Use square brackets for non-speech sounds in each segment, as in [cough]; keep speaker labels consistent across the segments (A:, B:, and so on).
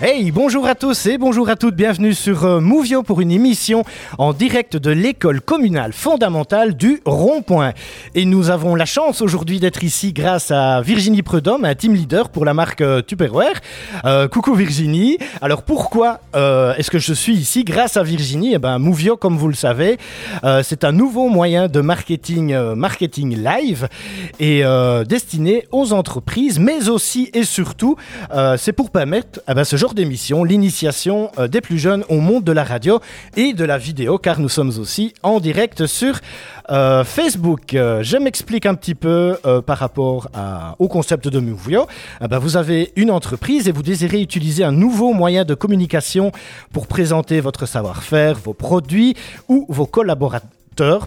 A: Hey, bonjour à tous et bonjour à toutes, bienvenue sur euh, Mouvio pour une émission en direct de l'école communale fondamentale du Rond-Point. Et nous avons la chance aujourd'hui d'être ici grâce à Virginie Prudhomme, un team leader pour la marque euh, Tupperware. Euh, coucou Virginie. Alors pourquoi euh, est-ce que je suis ici grâce à Virginie Eh ben Mouvio, comme vous le savez, euh, c'est un nouveau moyen de marketing, euh, marketing live et euh, destiné aux entreprises, mais aussi et surtout, euh, c'est pour permettre eh ben, ce genre d'émission, l'initiation euh, des plus jeunes au monde de la radio et de la vidéo, car nous sommes aussi en direct sur euh, Facebook. Euh, je m'explique un petit peu euh, par rapport à- au concept de Mouvio. Eh ben, vous avez une entreprise et vous désirez utiliser un nouveau moyen de communication pour présenter votre savoir-faire, vos produits ou vos collaborateurs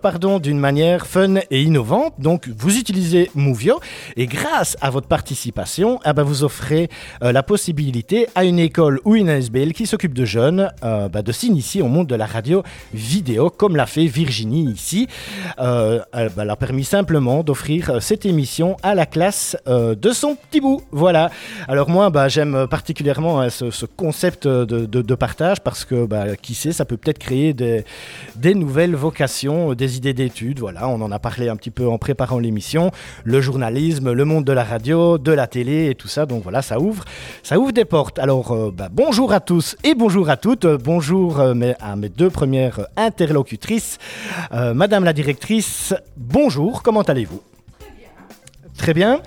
A: pardon, d'une manière fun et innovante. Donc, vous utilisez Mouvio et grâce à votre participation, ah ben, vous offrez euh, la possibilité à une école ou une ASBL qui s'occupe de jeunes euh, bah, de s'initier au monde de la radio vidéo, comme l'a fait Virginie ici. Euh, elle, bah, elle a permis simplement d'offrir euh, cette émission à la classe euh, de son petit bout. Voilà. Alors moi, bah, j'aime particulièrement hein, ce, ce concept de, de- de partage parce que, bah, qui sait, ça peut peut-être créer des, des nouvelles vocations, euh, des idées d'études. Voilà, on en a parlé un petit peu en préparant l'émission. Le journalisme, le monde de la radio, de la télé et tout ça. Donc voilà, ça ouvre, ça ouvre des portes. Alors euh, bah, bonjour à tous et bonjour à toutes. Euh, Bonjour euh, mes- à mes deux premières euh, interlocutrices. Euh, Madame la directrice, bonjour. Comment allez-vous Très bien.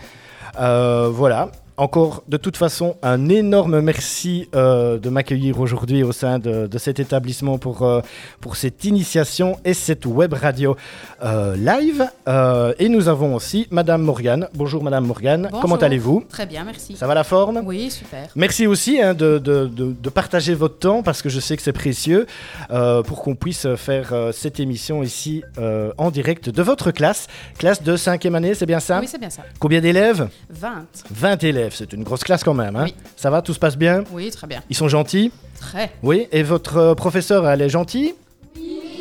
A: Euh, voilà. Encore, de toute façon, un énorme merci euh, de m'accueillir aujourd'hui au sein de, de cet établissement pour, euh, pour cette initiation et cette web radio euh, live. Euh, et nous avons aussi Madame Morgane. Bonjour Madame Morgane,
B: Bonjour.
A: comment allez-vous
B: Très bien, merci.
A: Ça va la forme
B: Oui, super.
A: Merci aussi hein, de, de- de- de partager votre temps parce que je sais que c'est précieux euh, pour qu'on puisse faire euh, cette émission ici euh, en direct de votre classe. Classe de 5e année, c'est bien ça
B: Oui, c'est bien ça.
A: Combien d'élèves
B: 20.
A: 20 élèves, c'est une grosse classe quand même. hein.
B: Oui.
A: Ça va, tout se passe bien
B: Oui, très bien.
A: Ils sont gentils
B: Très.
A: Oui. Et votre euh, professeur, elle est gentille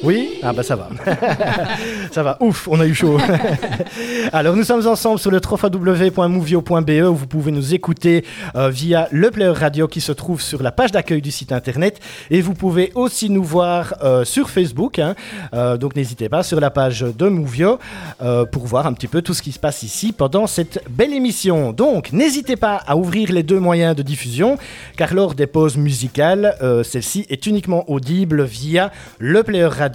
A: oui. Ah bah ça va. [laughs] ça va. Ouf, on a eu chaud. [laughs] Alors nous sommes ensemble sur le www.movio.be où vous pouvez nous écouter euh, via le player radio qui se trouve sur la page d'accueil du site internet et vous pouvez aussi nous voir euh, sur Facebook. hein. Euh, donc n'hésitez pas sur la page de Movio euh, pour voir un petit peu tout ce qui se passe ici pendant cette belle émission. Donc n'hésitez pas à ouvrir les deux moyens de diffusion car lors des pauses musicales, euh, celle-ci est uniquement audible via le player radio.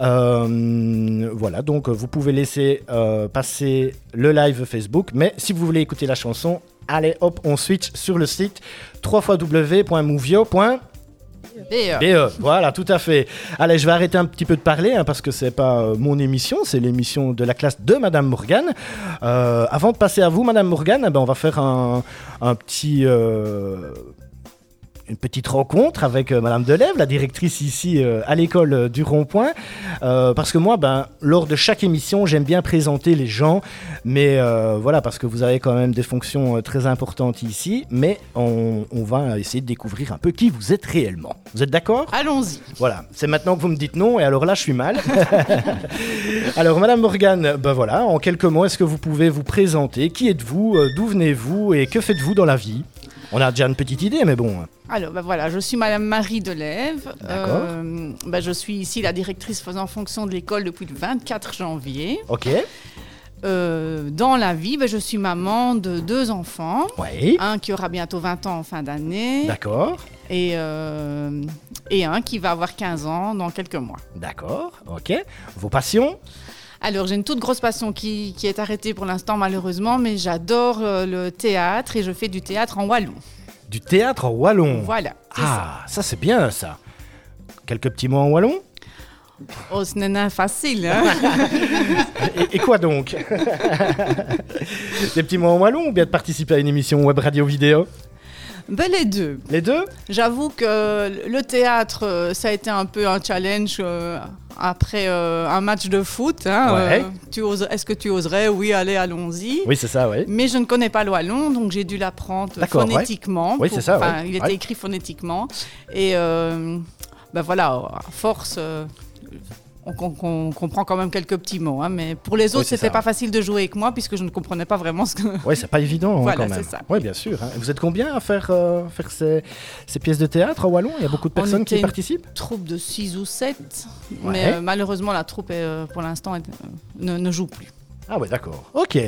A: Euh, voilà, donc euh, vous pouvez laisser euh, passer le live Facebook, mais si vous voulez écouter la chanson, allez hop, on switch sur le site www.movio.com.
B: Et, euh,
A: BE, voilà, tout à fait. Allez, je vais arrêter un petit peu de parler hein, parce que c'est pas euh, mon émission, c'est l'émission de la classe de Madame Morgan. avant de passer à vous, Madame Morgan, eh ben, on va faire un, un petit. euh, une petite rencontre avec euh, Madame Delève, la directrice ici euh, à l'école euh, du Rond-Point. Euh, parce que moi, ben, lors de chaque émission, j'aime bien présenter les gens. Mais euh, voilà, parce que vous avez quand même des fonctions euh, très importantes ici. Mais on, on va essayer de découvrir un peu qui vous êtes réellement. Vous êtes d'accord
B: Allons-y.
A: Voilà, c'est maintenant que vous me dites non. Et alors là, je suis mal. [laughs] alors, Madame Morgane, ben voilà, en quelques mots, est-ce que vous pouvez vous présenter Qui êtes-vous Euh, D'où venez-vous Et que faites-vous dans la vie on a déjà une petite idée, mais bon.
B: Alors, bah voilà, je suis Madame Marie Delève.
A: D'accord.
B: Euh, bah, je suis ici la directrice faisant fonction de l'école depuis le 24 janvier.
A: Ok.
B: Euh, dans la vie, bah, je suis maman de deux enfants.
A: Oui.
B: Un qui aura bientôt 20 ans en fin d'année
A: D'accord.
B: et, euh, et un qui va avoir 15 ans dans quelques mois.
A: D'accord, ok. Vos passions
B: Alors, j'ai une toute grosse passion qui, qui est arrêtée pour l'instant, malheureusement, mais j'adore euh, le théâtre et je fais du théâtre en wallon.
A: Du théâtre en wallon.
B: Voilà. c'est ça.
A: ah, ça, c'est bien ça. Quelques petits mots en wallon
B: Oh, ce n'est pas facile. hein.
A: et, et quoi donc Des petits mots en wallon ou bien de participer à une émission web radio vidéo
B: ben, les deux.
A: Les deux
B: J'avoue que le théâtre, euh, ça a été un peu un challenge euh, après euh, un match de foot. hein,
A: Ouais.
B: tu oses- Est-ce que tu oserais Oui, allez, allons-y.
A: Oui, c'est ça, oui.
B: Mais je ne connais pas le wallon, donc j'ai dû l'apprendre
A: D'accord, ouais.
B: phonétiquement.
A: Oui,
B: pour-
A: c'est ça, ouais.
B: enfin, Il était
A: Ouais.
B: écrit phonétiquement. Et euh, ben voilà, à force, euh, on on, com- com- comprend quand même quelques petits mots. hein, mais pour les
A: Oui,
B: autres,
A: c'est
B: c'était
A: ça.
B: pas facile de jouer avec moi puisque je ne comprenais pas vraiment ce que.
A: Ouais, c'est pas évident hein,
B: Voilà,
A: quand même.
B: c'est ça.
A: Oui, bien sûr. hein. Vous êtes combien à faire, euh, faire ces, ces pièces de théâtre à Wallon Il y a beaucoup de
B: On
A: personnes qui y
B: était une-
A: participent
B: [laughs] Troupe de 6 ou 7,
A: Ouais.
B: mais euh, malheureusement, la troupe, est, euh, pour l'instant, est- euh, ne, ne joue plus.
A: Ah ouais, d'accord. Ok.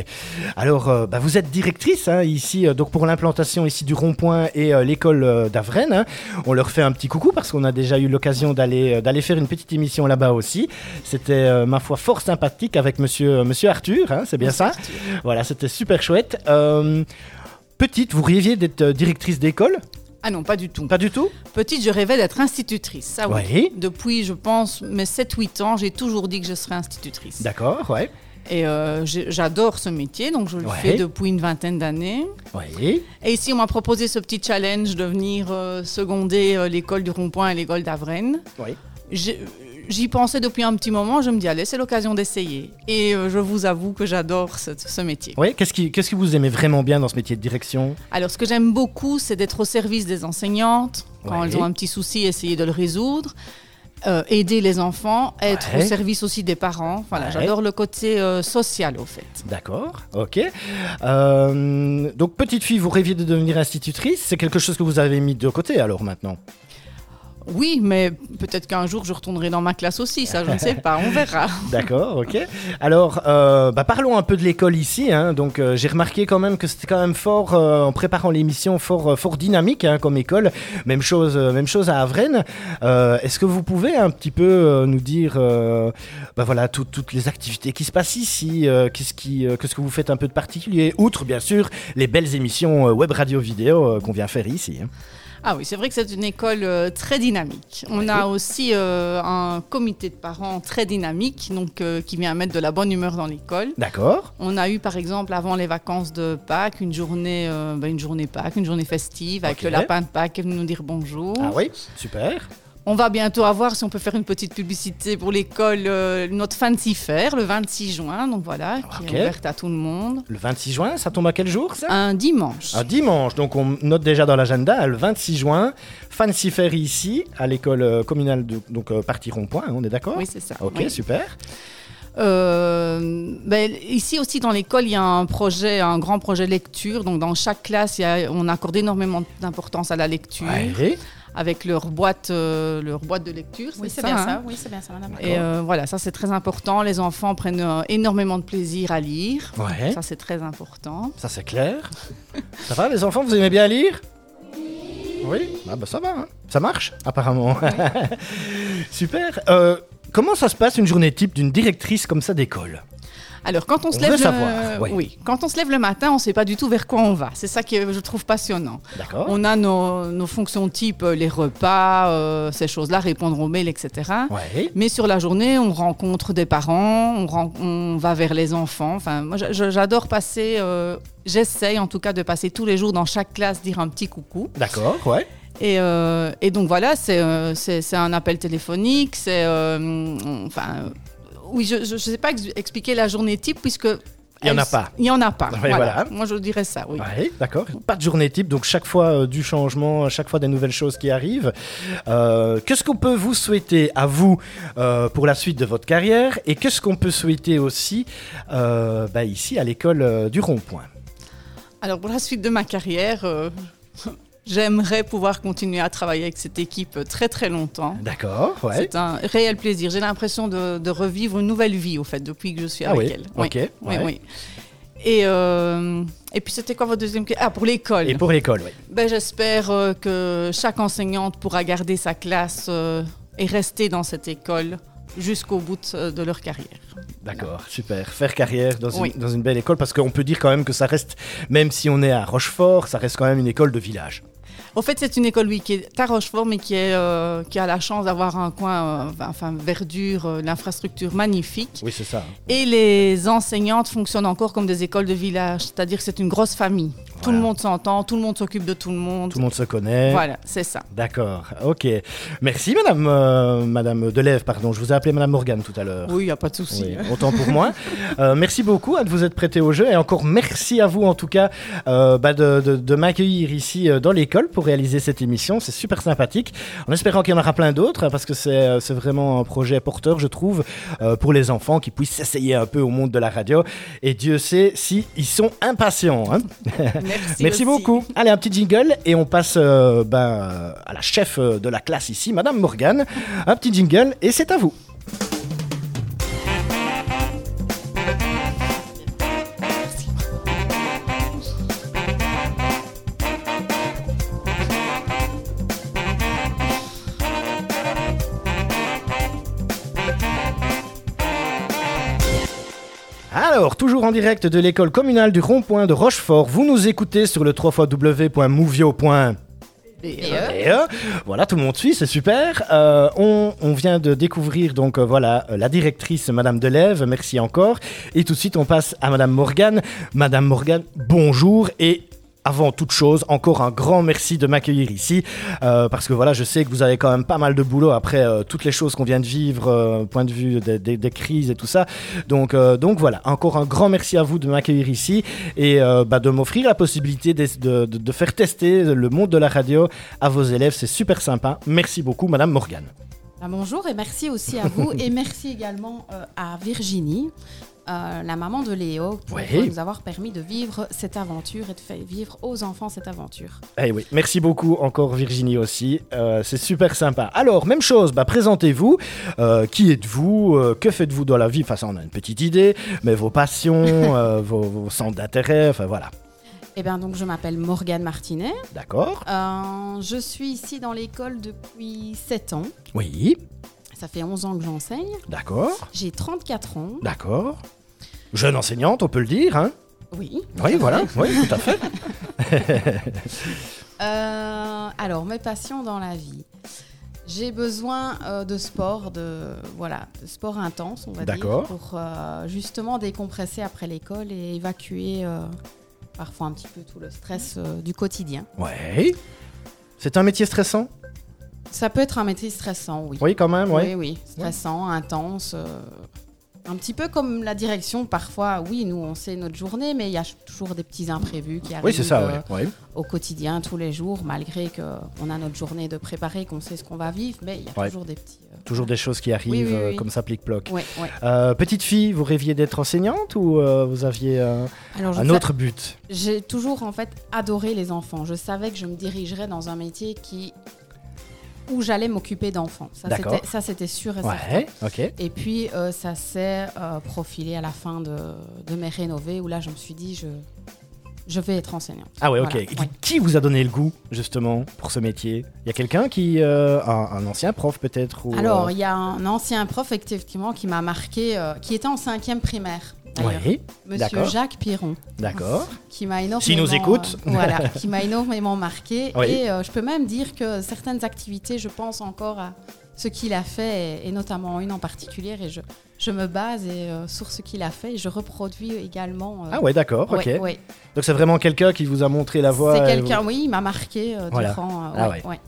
A: Alors, euh, bah, vous êtes directrice hein, ici, euh, donc pour l'implantation ici du rond-point et euh, l'école euh, d'Avrennes. hein. On leur fait un petit coucou parce qu'on a déjà eu l'occasion d'aller euh, d'aller faire une petite émission là-bas aussi. C'était euh, ma foi fort sympathique avec Monsieur euh, Monsieur Arthur. hein, c'est bien ça. Voilà, c'était super chouette. Euh, petite, vous rêviez d'être euh, directrice d'école
B: Ah non, pas du tout.
A: Pas du tout.
B: Petite, je rêvais d'être institutrice. Ça, oui.
A: Oui.
B: Depuis, je pense, mes 7-8 ans, j'ai toujours dit que je serais institutrice.
A: D'accord. Ouais.
B: Et euh, j'ai- j'adore ce métier, donc je le
A: Ouais.
B: fais depuis une vingtaine d'années.
A: Oui.
B: Et ici, on m'a proposé ce petit challenge de venir euh, seconder euh, l'école du Rond-Point et l'école d'Avrennes.
A: Oui.
B: J'ai- J'y pensais depuis un petit moment, je me dis, allez, c'est l'occasion d'essayer. Et euh, je vous avoue que j'adore ce, ce métier.
A: Oui. Qu'est-ce qui qu'est-ce que vous aimez vraiment bien dans ce métier de direction
B: Alors, ce que j'aime beaucoup, c'est d'être au service des enseignantes. Quand
A: Ouais.
B: elles ont un petit souci, essayer de le résoudre. Euh, aider les enfants, être
A: Ouais.
B: au service aussi des parents. Voilà,
A: Ouais.
B: j'adore le côté euh, social, au fait.
A: D'accord, ok. Euh, donc petite fille, vous rêviez de devenir institutrice, c'est quelque chose que vous avez mis de côté alors maintenant.
B: Oui, mais peut-être qu'un jour, je retournerai dans ma classe aussi, ça, je ne sais pas,
A: [laughs]
B: on verra.
A: D'accord, ok. Alors, euh, bah, parlons un peu de l'école ici. hein. Donc euh, j'ai remarqué quand même que c'était quand même fort, euh, en préparant l'émission, fort, euh, fort dynamique hein, comme école. Même chose, euh, même chose à Avrennes. Euh, Est-ce que vous pouvez un petit peu euh, nous dire, euh, bah, voilà, tout- toutes les activités qui se passent ici, euh, qu'est-ce qui, euh, qu'est-ce que vous faites un peu de particulier, outre bien sûr les belles émissions euh, web, radio, vidéo euh, qu'on vient faire ici. hein.
B: Ah oui, c'est vrai que c'est une école euh, très dynamique. On a aussi euh, un comité de parents très dynamique, donc euh, qui vient mettre de la bonne humeur dans l'école.
A: D'accord.
B: On a eu par exemple avant les vacances de Pâques une journée, euh, bah, une journée Pâques, une journée festive avec
A: Ok.
B: le lapin de Pâques qui est venu nous dire bonjour.
A: Ah oui, super.
B: On va bientôt avoir, si on peut faire une petite publicité pour l'école, euh, notre fancy fair le 26 juin, donc voilà, qui
A: Ok.
B: est ouverte à tout le monde.
A: Le 26 juin, ça tombe à quel jour ça
B: Un dimanche.
A: Un dimanche, donc on note déjà dans l'agenda, le 26 juin, Fancy Fair ici, à l'école euh, communale, de, donc euh, partie rond-point, hein, on est d'accord
B: Oui, c'est ça.
A: Ok,
B: oui.
A: super.
B: Euh, ben, ici aussi dans l'école, il y a un projet, un grand projet lecture. Donc dans chaque classe, il y a- on accorde énormément d'importance à la lecture
A: Ouais.
B: avec leur boîte, euh, leur boîte de lecture.
C: Oui, c'est
B: ça,
C: bien
B: hein
C: ça. Oui, c'est bien ça, madame.
B: Et euh, voilà, ça c'est très important. Les enfants prennent euh, énormément de plaisir à lire.
A: Ouais.
B: Ça c'est très important.
A: Ça, c'est clair. ça va, les enfants, vous aimez bien lire Oui Ah bah ça va, hein. ça marche, apparemment. [laughs] super. Euh, comment ça se passe une journée type d'une directrice comme ça d'école
B: Alors quand on, se
A: On
B: lève,
A: veut
B: le-
A: savoir, oui.
B: oui, quand on se lève le matin, on ne sait pas du tout vers quoi on va. C'est ça que euh, je trouve passionnant.
A: D'accord
B: On a nos, nos fonctions type euh, les repas, euh, ces choses-là, répondre aux mails, etc.
A: Ouais.
B: Mais sur la journée, on rencontre des parents, on, ren- on va vers les enfants. Enfin, moi, je- je- j'adore passer, euh, j'essaye en tout cas de passer tous les jours dans chaque classe dire un petit coucou.
A: D'accord, ouais.
B: Et, euh, et donc voilà, c'est euh, c'est- c'est un appel téléphonique, c'est. euh, on- enfin, euh, oui, je ne sais pas ex- expliquer la journée type puisque.
A: Il y en a
B: elle-
A: pas.
B: Il n'y en a pas.
A: Oui,
B: voilà.
A: voilà.
B: Moi, je dirais ça, oui.
A: Ouais, Ah, d'accord. Pas de journée type, donc chaque fois euh, du changement, chaque fois des nouvelles choses qui arrivent. Euh, qu'est-ce qu'on peut vous souhaiter à vous euh, pour la suite de votre carrière et qu'est-ce qu'on peut souhaiter aussi euh, bah, ici à l'école euh, du Rond-Point
B: Alors, pour la suite de ma carrière, euh, [laughs] j'aimerais pouvoir continuer à travailler avec cette équipe euh, très, très longtemps.
A: D'accord, ouais.
B: C'est un réel plaisir. J'ai l'impression de, de revivre une nouvelle vie, au fait, depuis que je suis
A: Ah
B: avec
A: oui,
B: elle.
A: ok,
B: oui,
A: ouais.
B: oui. Et, euh, et puis, c'était quoi votre deuxième question Ah, pour l'école.
A: Et pour l'école, oui.
B: Ben, J'espère euh, que chaque enseignante pourra garder sa classe euh, et rester dans cette école jusqu'au bout de, euh, de leur carrière.
A: D'accord, super. Faire carrière dans,
B: Oui.
A: une, dans une belle école parce qu'on peut dire quand même que ça reste, même si on est à Rochefort, ça reste quand même une école de village.
B: Au fait, c'est une école oui, qui est à Rochefort, mais qui, est, euh, qui a la chance d'avoir un coin, euh, enfin, verdure, euh, l'infrastructure magnifique.
A: Oui, c'est ça. hein.
B: Et les enseignantes fonctionnent encore comme des écoles de village, c'est-à-dire que c'est une grosse famille. Tout
A: Voilà.
B: le monde s'entend, tout le monde s'occupe de tout le monde.
A: Tout le monde se connaît.
B: Voilà, c'est ça.
A: D'accord, ok. Merci Madame, euh, Madame Delève, pardon, je vous ai appelé Madame Morgane tout à l'heure.
B: Oui, il n'y a pas de souci.
A: Oui, autant pour moi. Euh, merci beaucoup hein, de vous être prêté au jeu et encore merci à vous en tout cas euh, bah, de, de- de m'accueillir ici euh, dans l'école pour pour réaliser cette émission. C'est super sympathique. En espérant qu'il y en aura plein d'autres, hein, parce que c'est euh, c'est vraiment un projet porteur, je trouve, euh, pour les enfants qui puissent s'essayer un peu au monde de la radio. Et Dieu sait si ils sont impatients. hein.
B: [laughs] Merci,
A: Merci
B: aussi.
A: beaucoup. Allez, un petit jingle et on passe euh, ben, euh, à la chef euh, de la classe ici, Madame Morgane. Un petit jingle et c'est à vous. Alors, toujours en direct de l'école communale du rond-point de Rochefort, vous nous écoutez sur le www.movio.com.
B: Et, euh,
A: Et, euh, voilà, tout le monde suit, c'est super. Euh, on, on vient de découvrir donc euh, voilà euh, la directrice Madame Delève, merci encore. Et tout de suite, on passe à Madame Morgane. Madame Morgane, bonjour et avant toute chose, encore un grand merci de m'accueillir ici, euh, parce que voilà, je sais que vous avez quand même pas mal de boulot après euh, toutes les choses qu'on vient de vivre, euh, point de vue des, des- des crises et tout ça. Donc, euh, donc voilà, encore un grand merci à vous de m'accueillir ici et euh, bah, de m'offrir la possibilité de, de- de- de faire tester le monde de la radio à vos élèves. C'est super sympa. Merci beaucoup, Madame Morgane.
C: Ah, bonjour et merci aussi à vous et merci également euh, à Virginie, euh, la maman de Léo, pour
A: Ouais.
C: nous avoir permis de vivre cette aventure et de faire vivre aux enfants cette aventure.
A: Eh oui, merci beaucoup encore Virginie aussi, Euh, c'est super sympa. Alors, même chose, bah, présentez-vous, Euh, qui êtes-vous, Euh, que faites-vous dans la vie, enfin ça on a une petite idée, mais vos passions, euh, vos, vos centres d'intérêt, enfin voilà,
C: Eh bien donc je m'appelle Morgane Martinet,
A: d'accord
C: Euh, je suis ici dans l'école depuis 7 ans,
A: Oui,
C: ça fait 11 ans que j'enseigne,
A: d'accord,
C: j'ai 34 ans,
A: d'accord. Jeune enseignante, on peut le dire, hein
C: oui.
A: Oui, voilà, oui, tout à
C: [laughs]
A: fait.
C: Euh, alors, mes passions dans la vie. J'ai besoin euh, de sport, de, voilà, de sport intense, on va dire,
A: D'accord.
C: pour euh, justement décompresser après l'école et évacuer euh, parfois un petit peu tout le stress euh, du quotidien.
A: Ouais. C'est un métier stressant
C: Ça peut être un métier stressant, oui.
A: Oui, quand même, ouais.
C: oui, oui, stressant, intense. euh, un petit peu comme la direction, parfois, oui, nous on sait notre journée, mais il y a ch- toujours des petits imprévus qui arrivent.
A: Oui, c'est ça,
C: euh,
A: ouais. ouais.
C: au quotidien, tous les jours, malgré qu'on a notre journée de préparer, qu'on sait ce qu'on va vivre, mais il y a
A: Ouais.
C: toujours des petits. euh,
A: Toujours des choses qui arrivent
C: Oui, oui, oui,
A: euh,
C: oui.
A: comme ça, plic-ploc.
C: Ouais, ouais.
A: Euh, petite fille, vous rêviez d'être enseignante ou euh, vous aviez euh,
C: Alors, je
A: un
C: sais-
A: autre but
C: j'ai toujours en fait adoré les enfants. Je savais que je me dirigerais dans un métier qui où j'allais m'occuper d'enfants. Ça,
A: D'accord.
C: c'était- Ça, c'était sûr et certain.
A: Ouais, ok.
C: Et puis, euh, ça s'est euh, profilé à la fin de, de mes rénovés, où là, je me suis dit, je, je vais être enseignante.
A: Ah ouais, ok.
C: Voilà,
A: Et
C: ouais.
A: Qui vous a donné le goût, justement, pour ce métier Il y a quelqu'un qui... euh, un, un ancien prof, peut-être ou,
C: Alors,
A: euh,
C: il y a un ancien prof, effectivement, qui m'a marqué, euh, qui était en cinquième primaire. d'ailleurs. Ah,
A: Oui,
C: Monsieur
A: D'accord.
C: Jacques Piron,
A: d'accord.
C: qui m'a énormément.
A: S'il nous écoute. [laughs]
C: euh, voilà, qui m'a énormément marqué.
A: Oui.
C: Et euh, je peux même dire que certaines activités, je pense encore à ce qu'il a fait, et, et notamment une en particulier. Et je, je me base et, euh, sur ce qu'il a fait et je reproduis également. euh,
A: Ah ouais, d'accord, ok.
C: ouais, ouais.
A: Donc c'est vraiment quelqu'un qui vous a montré la voie.
C: C'est
A: et vous-
C: quelqu'un, oui, il m'a marqué euh,
A: Voilà.
C: durant. euh,
A: Ah
C: ouais, ouais.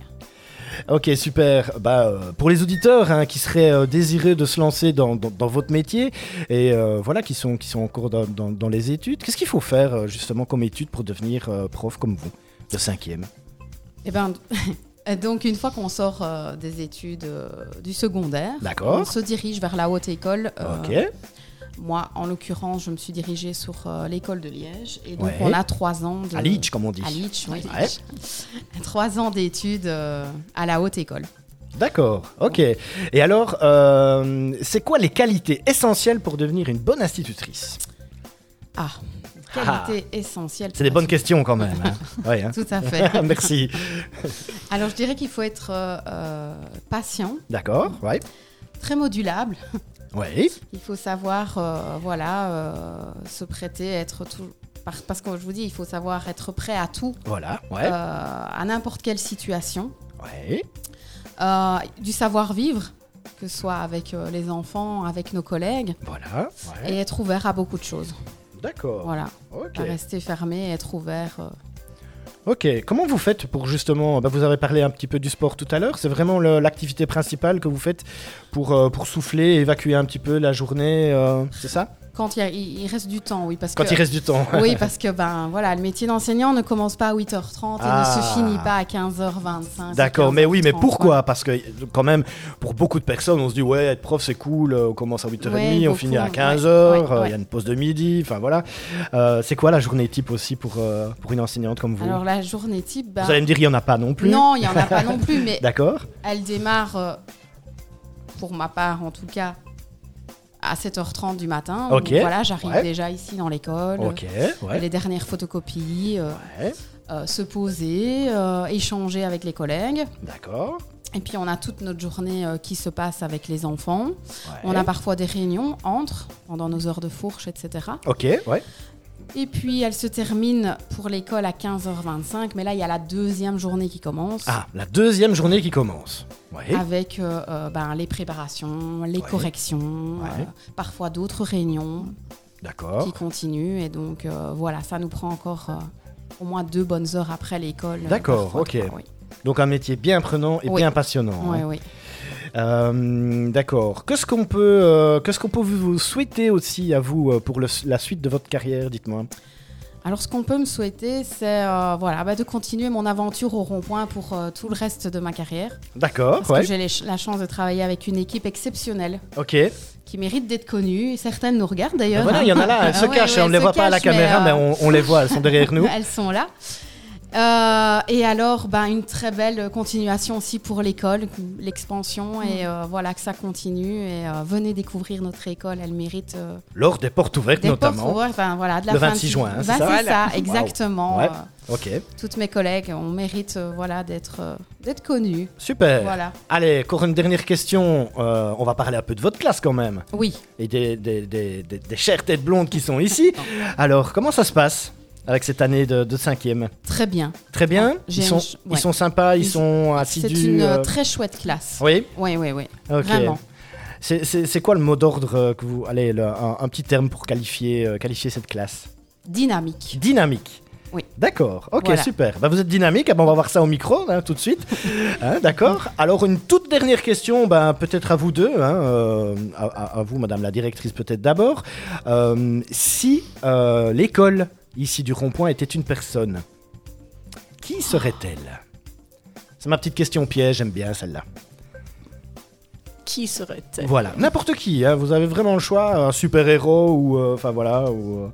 A: Ok, super. Bah, euh, pour les auditeurs hein, qui seraient euh, désireux de se lancer dans, dans- dans votre métier et euh, voilà, qui sont, qui sont encore dans, dans- dans les études, qu'est-ce qu'il faut faire euh, justement comme étude pour devenir euh, prof comme vous de cinquième
C: Eh ben, [laughs] donc, une fois qu'on sort euh, des études euh, du secondaire,
A: D'accord.
C: on se dirige vers la haute école. euh,
A: Ok,
C: Moi, en l'occurrence, je me suis dirigée sur euh, l'école de Liège. Et donc,
A: Ouais.
C: on a trois ans de...
A: à Leach, comme on dit.
C: À Leach, oui.
A: Ouais.
C: [laughs] Trois ans d'études euh, à la haute école.
A: D'accord, ok. Et alors, euh, c'est quoi les qualités essentielles pour devenir une bonne institutrice
C: Ah, qualité essentielle.
A: Ah. C'est des bonnes questions quand même.
C: [laughs]
A: hein. Ouais, hein. [laughs]
C: Tout à fait.
A: Merci.
C: Alors, je dirais qu'il faut être euh, euh, patient,
A: D'accord, ouais.
C: très modulable.
A: Oui,
C: Il faut savoir, euh, voilà, euh, se prêter, être tout... par- Parce que je vous dis, il faut savoir être prêt à tout,
A: voilà, ouais.
C: euh, à n'importe quelle situation.
A: ouais.
C: Euh, du savoir-vivre, que ce soit avec euh, les enfants, avec nos collègues,
A: Voilà, ouais.
C: et être ouvert à beaucoup de choses.
A: D'accord,
C: Voilà,
A: ok.
C: pas rester fermé, être ouvert. euh.
A: Ok, comment vous faites pour justement, bah, vous avez parlé un petit peu du sport tout à l'heure, c'est vraiment le- l'activité principale que vous faites pour, euh, pour souffler, évacuer un petit peu la journée, euh, c'est ça
C: Quand il, y a- il- il reste du temps, oui. Parce
A: Quand
C: que,
A: il reste du temps.
C: Oui, parce que ben, voilà, le métier d'enseignant ne commence pas à 8h30 et ne
A: Ah.
C: se finit pas à 15h25.
A: D'accord, mais oui, mais
C: 15h30,
A: pourquoi Parce que quand même, pour beaucoup de personnes, on se dit, ouais, être prof, c'est cool, euh, on commence à 8h30,
C: Ouais,
A: on
C: beaucoup,
A: finit à
C: ouais,
A: 15h,
C: ouais,
A: euh, il y a
C: ouais.
A: une pause de midi, enfin voilà. Euh, c'est quoi la journée type aussi pour, euh, pour une enseignante comme vous
C: quoi. Alors la journée type, ben,
A: Vous allez me dire, il n'y en a pas non plus.
C: non, il n'y en a pas non plus, mais
A: [laughs] D'accord
C: elle démarre, euh, pour ma part en tout cas, à 7h30 du matin.
A: Ok.
C: Donc, voilà, j'arrive
A: Ouais.
C: déjà ici dans l'école.
A: Ok, ouais.
C: les dernières photocopies, euh,
A: ouais,
C: euh, se poser, euh, échanger avec les collègues.
A: D'accord.
C: Et puis on a toute notre journée euh, qui se passe avec les enfants.
A: ouais.
C: On a parfois des réunions entre, pendant nos heures de fourche, etc.
A: Ok, ouais.
C: Et puis elle se termine pour l'école à 15h25, mais là il y a la deuxième journée qui commence.
A: Ah, la deuxième journée qui commence. Ouais.
C: Avec euh, euh, ben, les préparations, les
A: Ouais.
C: corrections,
A: Ouais. Oh.
C: euh, parfois d'autres réunions qui
A: D'accord.
C: continuent. Et donc euh, voilà, ça nous prend encore euh, au moins deux bonnes heures après l'école. euh,
A: D'accord,
C: parfois,
A: ok.
C: Oui,
A: Donc un métier bien prenant et
C: Oui.
A: bien passionnant. hein.
C: Ouais, oui.
A: Euh, D'accord. Qu'est-ce qu'on peut, euh, qu'est-ce qu'on peut vous vous souhaiter aussi à vous euh, pour le- la suite de votre carrière, dites-moi.
C: Alors, ce qu'on peut me souhaiter, c'est euh, voilà, bah, de continuer mon aventure au rond-point pour euh, tout le reste de ma carrière.
A: D'accord.
C: Parce
A: Oh, Ouais.
C: que j'ai les ch- la chance de travailler avec une équipe exceptionnelle
A: Ok.
C: qui mérite d'être connue. Certaines nous regardent
A: Ben
C: d'ailleurs. hein.
A: voilà,
C: Ah
A: il y en a là. Elles se
C: Ouais,
A: cachent. hein,
C: ouais,
A: on ne les
C: elles se
A: voit pas à la
C: cachent, mais,
A: caméra, mais,
C: euh,
A: on, on les voit. Elles sont derrière
C: [laughs]
A: nous.
C: Elles sont là. Euh, et alors, ben, une très belle continuation aussi pour l'école, l'expansion,
A: Mm.
C: et euh, voilà que ça continue. Et euh, venez découvrir notre école, elle mérite euh,
A: Lors des portes ouvertes
C: des
A: notamment.
C: portes ouvertes. Ben, voilà, de la
A: Le
C: fin de-
A: 26 juin, hein, c'est
C: Ben,
A: ça
C: c'est ça,
A: Voilà.
C: exactement.
A: Ouais.
C: Euh,
A: Ok.
C: toutes mes collègues, on mérite euh, voilà, d'être euh, d'être connus.
A: Super.
C: Voilà.
A: Allez, encore une dernière question. Euh, on va parler un peu de votre classe quand même
C: Oui.
A: et des, des, des, des- des chères têtes blondes qui sont ici. Alors, comment ça se passe avec cette année de, de cinquième
C: Très bien.
A: Très bien. Ils
C: Oh, J'ai
A: sont,
C: une ch-
A: ils
C: ouais.
A: sont sympas. Ils
C: Ils-
A: sont
C: C'est
A: assidus.
C: une euh,
A: euh,
C: très chouette classe.
A: Oui.
C: Oui, oui, oui.
A: Ok.
C: Vraiment.
A: C'est- C'est c'est quoi le mot d'ordre euh, que vous. Allez, le- un, un petit terme pour qualifier, euh, qualifier cette classe
C: Dynamique.
A: Dynamique.
C: Oui.
A: D'accord, ok,
C: Voilà.
A: super. Bah, vous êtes dynamique, Ah ben, on va voir ça au micro hein, tout de
C: [laughs]
A: suite. Hein, D'accord. Alors, une toute dernière question, ben, peut-être à vous deux, hein, euh, à, à- à vous, madame la directrice, peut-être d'abord. Euh, si euh, l'école, ici du rond-point, était une personne, qui serait-elle C'est ma petite question piège, j'aime bien celle-là.
D: Qui serait-elle
A: Voilà, n'importe qui, hein, vous avez vraiment le choix, un super-héros ou euh, enfin voilà ou euh,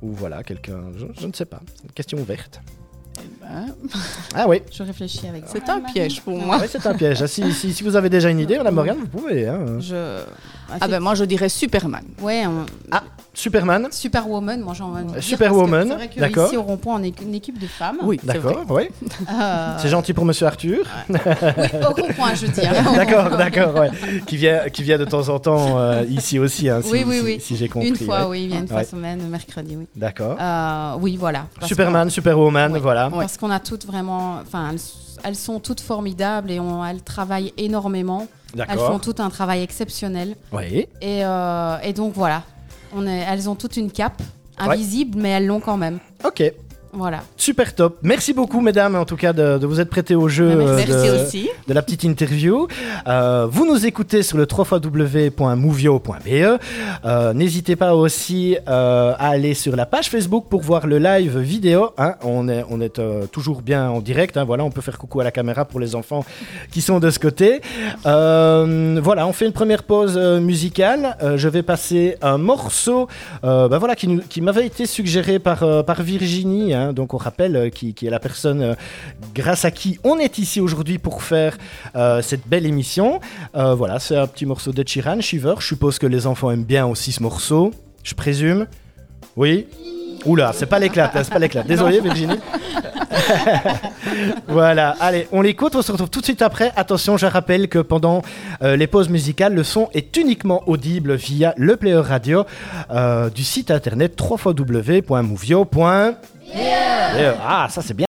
A: ou voilà, quelqu'un, je, je ne sais pas, c'est une question ouverte.
D: Eh
C: [laughs]
D: ben,
A: Ah oui.
C: Je réfléchis avec
D: C'est
C: moi,
D: un
C: Marie.
D: piège pour
A: Ah
D: moi.
A: oui, c'est un piège. Ah, si, si, si vous avez déjà une idée, Madame Morgane, vous pouvez. hein.
C: Je...
D: Ah ben moi je dirais Superman.
C: Ouais, on-
A: Ah, Superman.
C: Superwoman, moi j'en veux
A: Superwoman, d'accord.
C: Ici au rond-point, on est une équipe de femmes.
D: Oui, c'est vrai.
A: D'accord, oui. [laughs]
C: Euh,
A: C'est gentil pour Monsieur Arthur.
C: Ah. au rond-point, je veux dire.
A: [laughs] D'accord, d'accord, ouais. Qui vient, qui vient de temps en temps euh, ici aussi, hein, si,
C: Oui, oui,
A: si-
C: oui.
A: si j'ai compris.
C: [laughs] Une fois,
A: ouais.
C: oui, il vient une fois
A: Ouais.
C: semaine, mercredi, oui.
A: D'accord.
C: Euh, oui, voilà. Parce
A: Superman, Superwoman,
C: Oui.
A: voilà.
C: qu'on- Parce qu'on a toutes vraiment. Enfin, elles, elles sont toutes formidables et on- elles travaillent énormément. Elles font
A: D'accord.
C: toutes un travail exceptionnel.
A: Oui.
C: Et, euh, et donc voilà, on est, elles ont toutes une cape invisible, mais elles l'ont quand même.
A: Ok.
C: Voilà.
A: Super top. Merci beaucoup, mesdames, en tout cas, de, de vous être prêtées au jeu.
C: Merci.
A: euh, de-
D: Merci aussi.
A: de la petite interview. Euh, vous nous écoutez sur le www.movio.be. Euh, N'hésitez pas aussi euh, à aller sur la page Facebook pour voir le live vidéo. hein. On est, on est euh, toujours bien en direct. hein. Voilà, on peut faire coucou à la caméra pour les enfants qui sont de ce côté. Euh, voilà, on fait une première pause euh, musicale. Euh, je vais passer un morceau euh, bah voilà, qui, nous- qui m'avait été suggéré par, euh, par Virginie. hein. donc on rappelle euh, qui, qui est la personne euh, grâce à qui on est ici aujourd'hui pour faire euh, cette belle émission. Euh, voilà, c'est un petit morceau de Chiran, Shiver. Je suppose que les enfants aiment bien aussi ce morceau, je présume. Oui Oula, c'est pas l'éclate, là, c'est pas l'éclate. Désolé, Virginie. voilà, allez, on l'écoute, on se retrouve tout de suite après. Attention, je rappelle que pendant euh, les pauses musicales, le son est uniquement audible via le player radio euh, du site internet www.movio.be. Ah, ça c'est bien.